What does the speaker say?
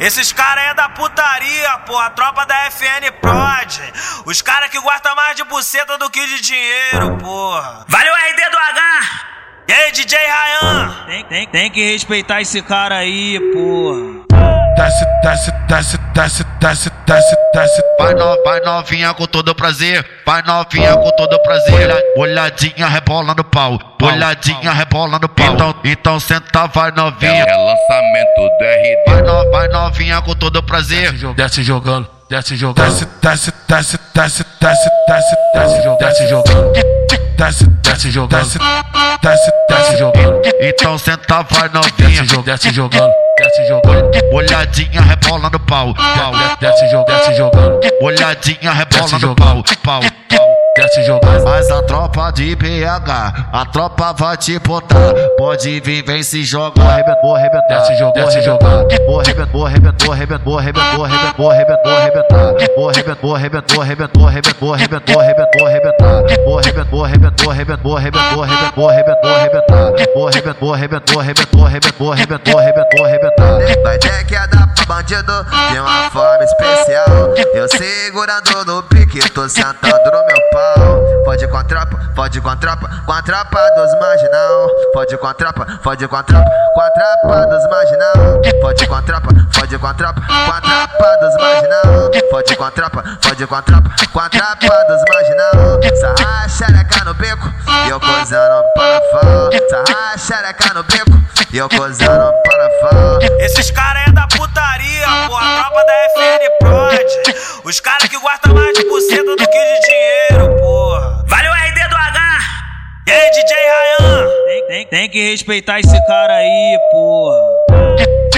Esses caras é da putaria, porra. Tropa da FN Prod. Os caras que gostam mais de buceta do que de dinheiro, porra. Valeu, RD do H! E aí, DJ Ryan? Tem, tem, tem que respeitar esse cara aí, porra. Desce, desce, desce, desce, desce, desce, desce. Vai, no, vai novinha com todo prazer, vai novinha com todo prazer. Olha- olhadinha rebola no pau, olhadinha rebola no pau. Então, então senta, vai novinha. É lançamento do RD. Vai, no, vai novinha com todo prazer. jo- Desce jogando, desce jogando. Desce, desce, desce, desce, desce, desce, desce, jo- desce jogando. Desce, desce jogando. Desce, desce, desce jogando. Então senta, vai novinha. Desce, jo- desce jogando, desce jogando. Olhadinha rebola no pau, pau. é. Desce jogando, desce jogando. Olhadinha Desce rebola no pau, jogando. pau, pau. Desce jogando. Mas a tropa de BH, a tropa vai te botar. Pode vir, vem se joga. Vou arrebentar, vou arrebentar. Desce jogo- desce jogar. Vou arrebentar, vou arrebentar, vou arrebentar, vou arrebentar, vou arrebentar, vou arrebentar, vou arrebentar. Vou arrebentar, vou arrebentar, vou arrebentar, vou arrebentar, vou arrebentar, vou arrebentar. Vou arrebentar, vou arrebentar, vou arrebentar, vou arrebentar, vou arrebentar, vou arrebentar, vou arrebentar. Vou arrebentar, vou arrebentar, vou arrebentar, vou arrebentar, vou arrebentar, vou arrebentar, vou arrebentar. Vai ter que dar pro bandido de uma forma especial. Eu segurando no pique, tô sentando no meu pau. Pode com a tropa, pode com a tropa, com a tropa dos marginal. Pode com a tropa, pode com a tropa, com a tropa dos marginal. Pode com a tropa, pode com a tropa, com a tropa dos marginal. Pode com a tropa, pode com a tropa, com a tropa dos marginal. Sarra a xereca no bico, e eu coisando para fora. Sarra a xereca no bico, e eu um coisando para fora. Esses caras é da putaria, porra. Tropa da FN Prod. Os caras que gostam mais de buceta do que de dinheiro, porra. Valeu, RD do H! E aí, DJ Ryan? Tem, tem, tem que respeitar esse cara aí, porra.